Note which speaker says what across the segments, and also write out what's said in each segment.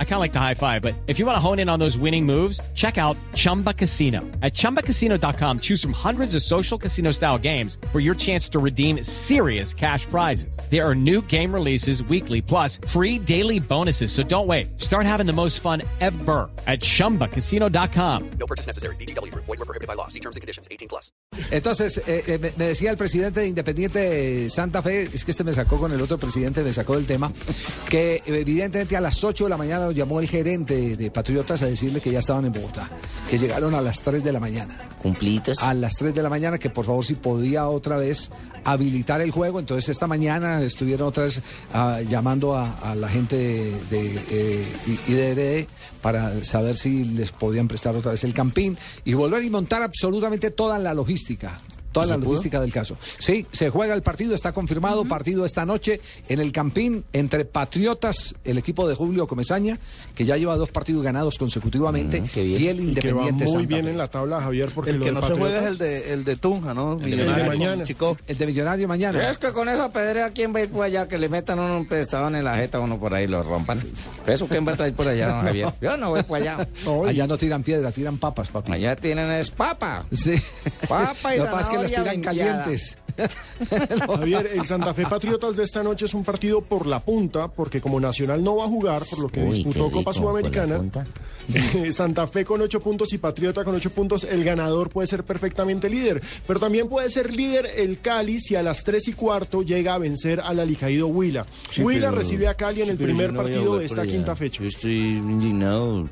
Speaker 1: I kind of like the high five, but if you want to hone in on those winning moves, check out Chumba Casino. At chumbacasino.com, choose from hundreds of social casino style games for your chance to redeem serious cash prizes. There are new game releases weekly, plus free daily bonuses. So don't wait. Start having the most fun ever at chumbacasino.com.
Speaker 2: No purchase necessary. BGW. Void were prohibited by law. See terms and conditions. 18 plus.
Speaker 3: Entonces, eh, eh, me me decía el presidente de Independiente de Santa Fe, es que este me sacó con el otro presidente, me sacó del tema, que evidentemente a las 8 de la mañana nos llamó el gerente de Patriotas a decirle que ya estaban en Bogotá, que llegaron a las 3 de la mañana.
Speaker 4: Cumplitos.
Speaker 3: A las 3 de la mañana, que por favor si podía otra vez habilitar el juego. Entonces, esta mañana estuvieron otra vez ah, llamando a, a la gente de, de, eh, I- IDRD para saber si les podían prestar otra vez el campín y volver y montar absolutamente toda la logística. Toda la logística del caso. Sí, se juega el partido, está confirmado, partido esta noche en el Campín entre Patriotas, el equipo de Julio Comesaña, que ya lleva dos partidos ganados consecutivamente,
Speaker 5: Ah,
Speaker 4: qué bien.
Speaker 3: y el
Speaker 5: que va
Speaker 3: Independiente
Speaker 5: muy
Speaker 3: Santa
Speaker 5: bien
Speaker 3: Fe.
Speaker 5: en la tabla, Javier, porque
Speaker 6: El
Speaker 5: lo
Speaker 6: que
Speaker 5: de
Speaker 6: no se juega es
Speaker 5: Patriotas-
Speaker 6: el de, el de Tunja, ¿no?
Speaker 5: de
Speaker 6: Millonario.
Speaker 5: mañana.
Speaker 6: Chico.
Speaker 3: El de Millonario mañana.
Speaker 7: Es que con esa pedrea, ¿quién va a ir por allá? Que le metan uno un pescadón en la jeta, uno por ahí y lo rompan. ¿Eso quién va a ir por allá, don Javier? Yo no voy por allá.
Speaker 5: Hoy.
Speaker 3: Allá no tiran piedra, tiran papas, papi.
Speaker 7: Allá tienen es papa.
Speaker 3: Sí.
Speaker 7: Papa y
Speaker 3: Lo que pasa es que las
Speaker 7: zanahoria
Speaker 3: tiran
Speaker 7: venteada.
Speaker 3: calientes.
Speaker 5: Javier, el Santa Fe Patriotas de esta noche es un partido por la punta, porque como Nacional no va a jugar, por lo que
Speaker 4: Uy, qué
Speaker 5: disputó
Speaker 4: rico,
Speaker 5: Copa
Speaker 4: por la
Speaker 5: Sudamericana,
Speaker 4: punta.
Speaker 5: eh, Santa Fe con ocho puntos y Patriota con ocho puntos, el ganador puede ser perfectamente líder. Pero también puede ser líder el Cali si a las tres y cuarto llega a vencer al alicaído Huila. Huila recibe a Cali en el primer partido de esta quinta fecha.
Speaker 4: Yo estoy indignado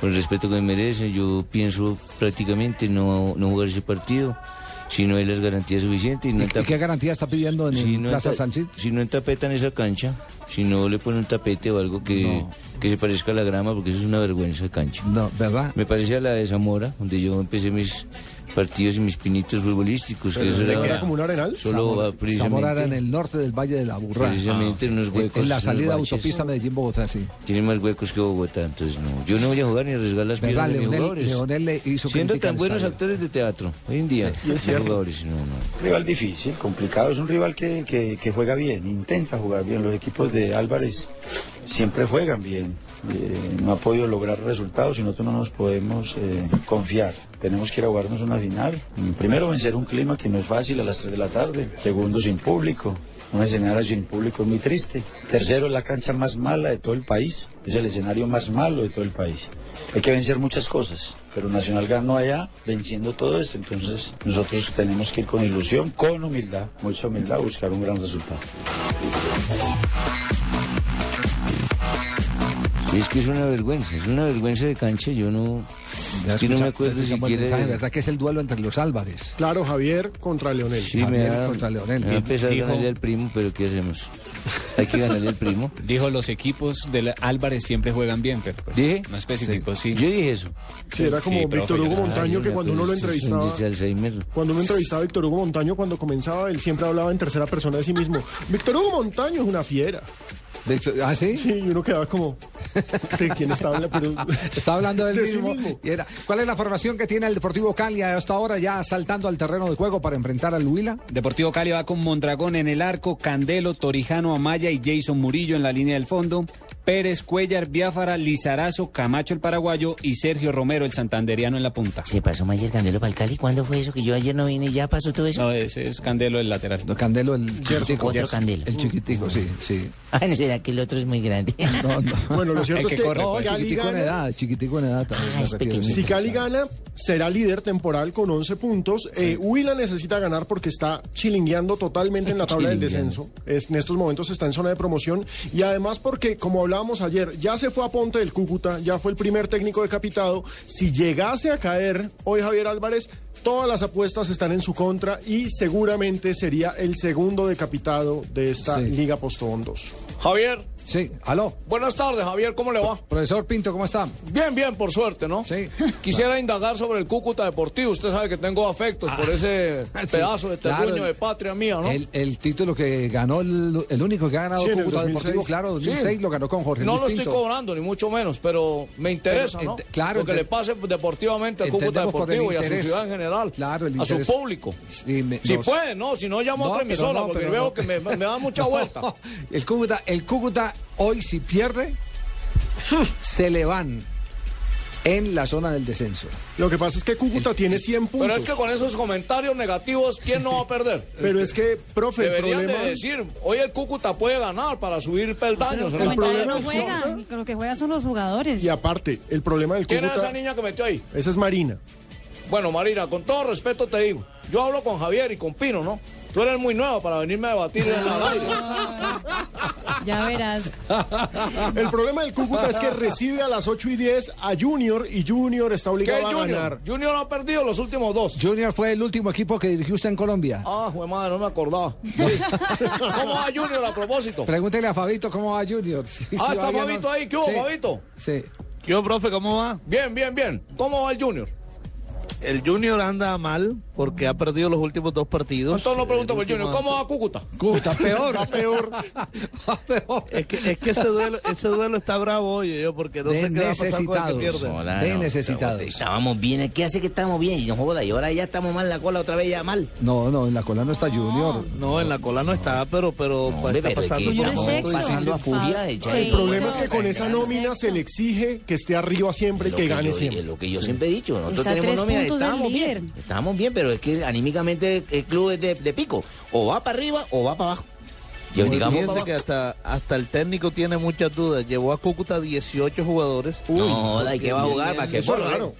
Speaker 4: por el respeto que me merece. Yo pienso prácticamente no, no jugar ese partido si no hay las garantías suficientes. y no
Speaker 3: ¿Y
Speaker 4: tap-
Speaker 3: qué garantía está pidiendo en
Speaker 4: si
Speaker 3: el
Speaker 4: no
Speaker 3: Plaza
Speaker 4: enta-
Speaker 3: Sánchez?
Speaker 4: si no entapetan esa cancha, si no le ponen un tapete o algo que, que se parezca a la grama, porque eso es una vergüenza de cancha.
Speaker 3: No, ¿verdad?
Speaker 4: Me parece a la de Zamora, donde yo empecé mis partidos y mis pinitos futbolísticos. que eso
Speaker 5: ¿Te
Speaker 4: era-
Speaker 5: queda como un arenal?
Speaker 4: Solo va precisamente,
Speaker 3: Zamora era en el norte del Valle de la Burra.
Speaker 4: precisamente unos
Speaker 3: En,
Speaker 4: huecos.
Speaker 3: en la
Speaker 4: unos
Speaker 3: salida
Speaker 4: baches.
Speaker 3: autopista Medellín-Bogotá, sí.
Speaker 4: Tiene más huecos que Bogotá, entonces no. Yo no voy a jugar ni a arriesgar las
Speaker 3: ¿Verdad?
Speaker 4: piernas de mis
Speaker 3: Leonel-
Speaker 4: jugadores.
Speaker 3: Leonel le hizo
Speaker 4: Siendo
Speaker 3: crítica
Speaker 4: tan
Speaker 3: al
Speaker 4: buenos
Speaker 3: estadio.
Speaker 4: actores de teatro, hoy en día, los jugadores, no, no.
Speaker 8: rival difícil, complicado, es un rival que, que- que juega bien, intenta jugar bien. Los equipos de Álvarez siempre juegan bien, eh, no ha podido lograr resultados y nosotros no nos podemos eh, confiar. Tenemos que ir a jugarnos una final. Primero, vencer un clima que no es fácil a las 3 de la tarde. Segundo, sin público. Un escenario sin público es muy triste. Tercero, la cancha más mala de todo el país. Es el escenario más malo de todo el país. Hay que vencer muchas cosas, pero Nacional ganó allá venciendo todo esto. Entonces nosotros tenemos que ir con ilusión, con humildad, mucha humildad, a buscar un gran resultado.
Speaker 4: Es que es una vergüenza, es una vergüenza de cancha, yo no...
Speaker 3: Ya
Speaker 4: Es que no
Speaker 3: escucha-
Speaker 4: me acuerdo
Speaker 3: escucha un buen
Speaker 4: siquiera... de-
Speaker 3: mensaje, ¿Verdad que es el duelo entre los Álvarez?
Speaker 5: Claro, Javier contra Leonel.
Speaker 4: Sí, me
Speaker 3: Javier
Speaker 4: da,
Speaker 3: contra Leonel.
Speaker 4: me va a empezar
Speaker 9: Dijo-
Speaker 4: a ganarle al primo, pero ¿qué hacemos? Hay que ganarle al primo.
Speaker 9: Dijo, los equipos del Álvarez siempre juegan bien, pero pues,
Speaker 4: ¿Dije?
Speaker 9: no especificó, sí.
Speaker 4: Yo dije eso.
Speaker 5: Sí, era como
Speaker 9: Sí, profe,
Speaker 5: Víctor Hugo
Speaker 9: yo-
Speaker 5: Montaño que cuando uno lo entrevistaba...
Speaker 4: Dice Alzheimer.
Speaker 5: Cuando uno entrevistaba a Víctor Hugo Montaño, cuando comenzaba, él siempre hablaba en tercera persona de sí mismo. Víctor Hugo Montaño es una fiera.
Speaker 3: Víctor- ¿Ah, sí?
Speaker 5: Sí, y uno quedaba como, ¿de quién está hablando? Pero-
Speaker 3: Está hablando del
Speaker 5: de sí
Speaker 3: mismo.
Speaker 5: mismo.
Speaker 3: Y era- ¿Cuál es la formación que tiene el Deportivo Cali hasta ahora ya saltando al terreno de juego para enfrentar al Huila?
Speaker 9: Deportivo Cali va con Mondragón en el arco, Candelo, Torijano, Amaya y Jason Murillo en la línea del fondo. Pérez, Cuellar, Biafara, Lizarazo, Camacho el paraguayo y Sergio Romero el santanderiano en la punta.
Speaker 4: ¿Se pasó Mayer Candelo para el Cali? ¿Cuándo fue eso? Que yo ayer no vine y ya pasó todo eso.
Speaker 9: No, ese es Candelo el lateral.
Speaker 3: No, Candelo, el chiquitico.
Speaker 4: Otro Candelo.
Speaker 3: El chiquitico, sí, sí.
Speaker 4: Ah, no será que el otro es muy grande.
Speaker 3: No, no.
Speaker 5: Bueno, lo cierto
Speaker 9: El
Speaker 5: es
Speaker 9: que
Speaker 5: que
Speaker 9: corre,
Speaker 3: No,
Speaker 9: pues.
Speaker 5: Cali
Speaker 3: chiquitico en
Speaker 5: gana.
Speaker 3: edad, chiquitico en edad también.
Speaker 4: Ah,
Speaker 3: me
Speaker 4: es
Speaker 3: refiero.
Speaker 4: pequeñito.
Speaker 5: Si Cali gana, será líder temporal con 11 puntos. Eh, Huila necesita ganar porque está chilingueando totalmente en la tabla del descenso. Es- en estos momentos está en zona de promoción. Y además porque, como hablábamos ayer, ya se fue a Ponte del Cúcuta, ya fue el primer técnico decapitado. Si llegase a caer hoy Javier Álvarez... Todas las apuestas están en su contra y seguramente sería el segundo decapitado de esta
Speaker 3: Sí.
Speaker 5: Liga Postobón 2.
Speaker 10: Javier,
Speaker 3: Sí, aló.
Speaker 4: Buenas tardes, Javier, ¿cómo le va?
Speaker 3: Profesor Pinto, ¿cómo está?
Speaker 4: Bien, bien, por suerte, ¿no?
Speaker 3: Sí.
Speaker 4: Quisiera indagar sobre el Cúcuta Deportivo. Usted sabe que tengo afectos por ese
Speaker 3: Ah. Sí,
Speaker 4: pedazo de terruño
Speaker 3: claro.
Speaker 4: de patria mía, ¿no?
Speaker 3: El, el título que ganó, el, el único que ha ganado
Speaker 5: Sí, en el
Speaker 3: Cúcuta
Speaker 5: 2006.
Speaker 3: Deportivo, claro, 2006
Speaker 4: Sí.
Speaker 3: lo ganó con Jorge
Speaker 4: no
Speaker 3: Luis
Speaker 4: lo estoy
Speaker 3: Pinto.
Speaker 4: cobrando, ni mucho menos, pero me interesa,
Speaker 3: Pero,
Speaker 4: ¿no?
Speaker 3: ent- claro,
Speaker 4: Lo que
Speaker 3: ente-
Speaker 4: le pase deportivamente al Cúcuta
Speaker 3: Entendemos por el
Speaker 4: Deportivo y a su
Speaker 3: interés.
Speaker 4: ciudad en general,
Speaker 3: Claro, el
Speaker 4: a su
Speaker 3: interés.
Speaker 4: público.
Speaker 3: Sí, me-
Speaker 4: si
Speaker 3: nos-
Speaker 4: puede, no, si no llamo a
Speaker 3: No,
Speaker 4: otra
Speaker 3: pero
Speaker 4: emisora,
Speaker 3: no,
Speaker 4: porque
Speaker 3: pero
Speaker 4: veo
Speaker 3: no.
Speaker 4: que me, me da mucha
Speaker 3: No,
Speaker 4: vuelta.
Speaker 3: El Cúcuta, el Cúcuta hoy si pierde, se le van en la zona del descenso.
Speaker 5: Lo que pasa es que Cúcuta tiene 100 puntos.
Speaker 4: Pero es que con esos comentarios negativos, ¿quién no va a perder?
Speaker 5: profe, el
Speaker 4: Deberían
Speaker 5: problema...
Speaker 4: de decir, hoy el Cúcuta puede ganar para subir peldaños.
Speaker 5: Pero
Speaker 4: en la
Speaker 5: el problema
Speaker 4: tabla.
Speaker 5: es que-
Speaker 10: juegan, lo que juegan son los jugadores.
Speaker 5: Y aparte, el problema del
Speaker 4: ¿Quién es esa
Speaker 5: Cúcuta...
Speaker 4: niña que metió ahí?
Speaker 5: Esa es Marina.
Speaker 4: Bueno, Marina, con todo respeto te digo, yo hablo con Javier y con Pino, ¿no? Tú eres muy nueva para venirme a debatir en la aire.
Speaker 10: Ya verás.
Speaker 5: El problema del Cúcuta es que recibe a las 8 y 10 a Junior y Junior está
Speaker 4: ¿Qué
Speaker 5: obligado a
Speaker 4: Junior?
Speaker 5: ganar.
Speaker 4: Junior ha perdido los últimos dos.
Speaker 3: Junior fue el último equipo que dirigió usted en Colombia.
Speaker 4: Ah, jue madre, no me acordaba. Sí. ¿Cómo va Junior a propósito?
Speaker 3: Pregúntele a Fabito cómo va Junior. Sí, sí,
Speaker 4: Ah, está
Speaker 3: vaya,
Speaker 4: Fabito
Speaker 3: no.
Speaker 4: ahí. ¿Qué hubo,
Speaker 3: Sí,
Speaker 4: Fabito?
Speaker 3: Sí.
Speaker 6: Yo, profe, ¿cómo va?
Speaker 4: Bien, bien, bien. ¿Cómo va el Junior?
Speaker 6: El Junior anda mal porque ha perdido los últimos dos partidos.
Speaker 4: Entonces no pregunto
Speaker 6: El
Speaker 4: por Junior.
Speaker 6: último-
Speaker 4: ¿Cómo va Cúcuta?
Speaker 3: Cúcuta, peor.
Speaker 5: Está peor.
Speaker 3: Va peor.
Speaker 6: Es que, es que ese, duelo, ese duelo está bravo, oye, yo, porque no sé qué va a pasar con el que
Speaker 3: Necesitados.
Speaker 6: pierde.
Speaker 7: Hola,
Speaker 3: De
Speaker 7: no,
Speaker 3: necesitados.
Speaker 7: Estábamos bien, ¿qué hace que estamos bien? Y no joda, y ahora ya estamos mal la cola otra vez ya mal.
Speaker 3: No, no, en la cola no está Junior.
Speaker 6: No, en la cola no está, pero, pero
Speaker 7: No,
Speaker 6: pa-
Speaker 7: hombre,
Speaker 6: está
Speaker 7: pero es que
Speaker 6: pasando
Speaker 10: Junior es
Speaker 6: un momento
Speaker 10: sexto.
Speaker 6: difícil.
Speaker 7: pasando a furia de echar
Speaker 10: Sí.
Speaker 5: El problema es que
Speaker 10: No,
Speaker 5: con esa
Speaker 10: exacto.
Speaker 5: nómina se le exige que esté arriba siempre y
Speaker 7: Lo
Speaker 5: que gane
Speaker 7: yo,
Speaker 5: siempre.
Speaker 7: es Lo que yo siempre he dicho, nosotros
Speaker 10: Está a
Speaker 7: tenemos
Speaker 10: tres
Speaker 7: nómina,
Speaker 10: puntos del
Speaker 7: estábamos
Speaker 10: líder.
Speaker 7: bien, estábamos bien, pero es que anímicamente el club es de, de pico, o va para arriba o va para abajo. Y
Speaker 6: Pues
Speaker 7: digamos para
Speaker 6: fíjense que
Speaker 7: abajo.
Speaker 6: hasta, hasta el técnico tiene muchas dudas. Llevó a Cúcuta 18 jugadores.
Speaker 7: no joda, ¿y qué va a jugar? ¿Para qué
Speaker 5: Eso es
Speaker 7: borre?
Speaker 5: raro.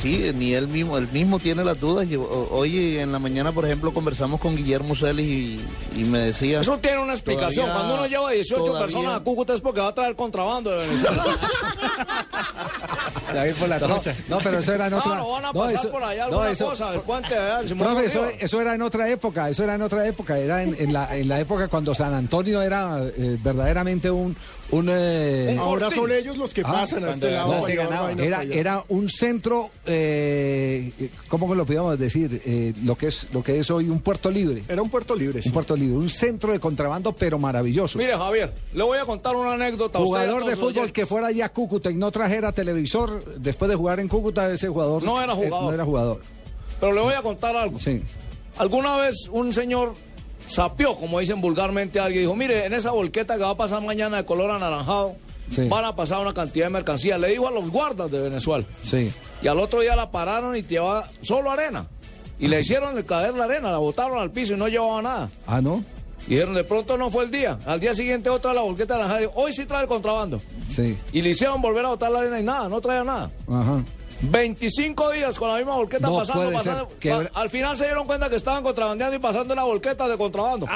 Speaker 6: Sí, ni él mismo, él mismo tiene las dudas. Llevó- o- Hoy en la mañana, por ejemplo, conversamos con Guillermo Celis y, y me decía...
Speaker 4: Eso tiene una explicación.
Speaker 6: Todavía-
Speaker 4: Cuando uno lleva 18
Speaker 6: todavía-
Speaker 4: personas a Cúcuta es porque va a traer contrabando de Venezuela.
Speaker 3: No, no, pero eso era en otra.
Speaker 4: Ah, no van a
Speaker 3: no,
Speaker 4: pasar
Speaker 3: eso-
Speaker 4: por allá
Speaker 3: no,
Speaker 4: alguna
Speaker 3: eso-
Speaker 4: cosa. El puente de allá, el Simón
Speaker 3: Profe, eso,
Speaker 4: Bolívar.
Speaker 3: eso era en otra época, eso era en otra época, era en, en la, en la época cuando San Antonio era eh, verdaderamente un... un, eh,
Speaker 5: Ahora son ellos los que
Speaker 3: Ah,
Speaker 5: pasan a
Speaker 3: cuando
Speaker 5: este lado.
Speaker 3: además
Speaker 5: para
Speaker 3: se
Speaker 5: llevar
Speaker 3: ganaba.
Speaker 5: vainas
Speaker 3: Era,
Speaker 5: para allá.
Speaker 3: era un centro, eh, ¿cómo lo podíamos decir? Eh, lo, que es, lo que es hoy un puerto libre.
Speaker 5: Era un puerto libre. sí.
Speaker 3: Un puerto libre, un centro de contrabando, pero maravilloso.
Speaker 4: Mire, Javier, le voy a contar una anécdota. a usted y a
Speaker 3: Jugador
Speaker 4: todos
Speaker 3: de
Speaker 4: los
Speaker 3: fútbol
Speaker 4: oyentes.
Speaker 3: que fuera allá a Cúcuta y no trajera televisor, después de jugar en Cúcuta, ese jugador
Speaker 4: No era
Speaker 3: eh,
Speaker 4: jugador.
Speaker 3: no era jugador.
Speaker 4: Pero le voy a contar algo.
Speaker 3: Sí.
Speaker 4: Alguna vez un señor sapió, como dicen vulgarmente, a alguien dijo, mire, en esa volqueta que va a pasar mañana de color anaranjado,
Speaker 3: Sí.
Speaker 4: van a pasar una cantidad de mercancía. Le dijo a los guardas de Venezuela.
Speaker 3: Sí.
Speaker 4: Y al otro día la pararon y llevaba solo arena. Y le hicieron caer la arena, la botaron al piso y no llevaba nada.
Speaker 3: Ah, ¿no?
Speaker 4: Dijeron, de pronto no fue el día. Al día siguiente otra la volqueta anaranjada. dijo, Hoy sí trae el contrabando.
Speaker 3: Sí.
Speaker 4: Y le hicieron volver a botar la arena y nada, no traía nada.
Speaker 3: Ajá.
Speaker 4: 25 días con la misma volqueta
Speaker 3: No
Speaker 4: pasando,
Speaker 3: puede ser.
Speaker 4: pasando.
Speaker 3: Qué
Speaker 4: Pa-
Speaker 3: bra-
Speaker 4: Al final se dieron cuenta que estaban contrabandeando y pasando la volqueta de contrabando.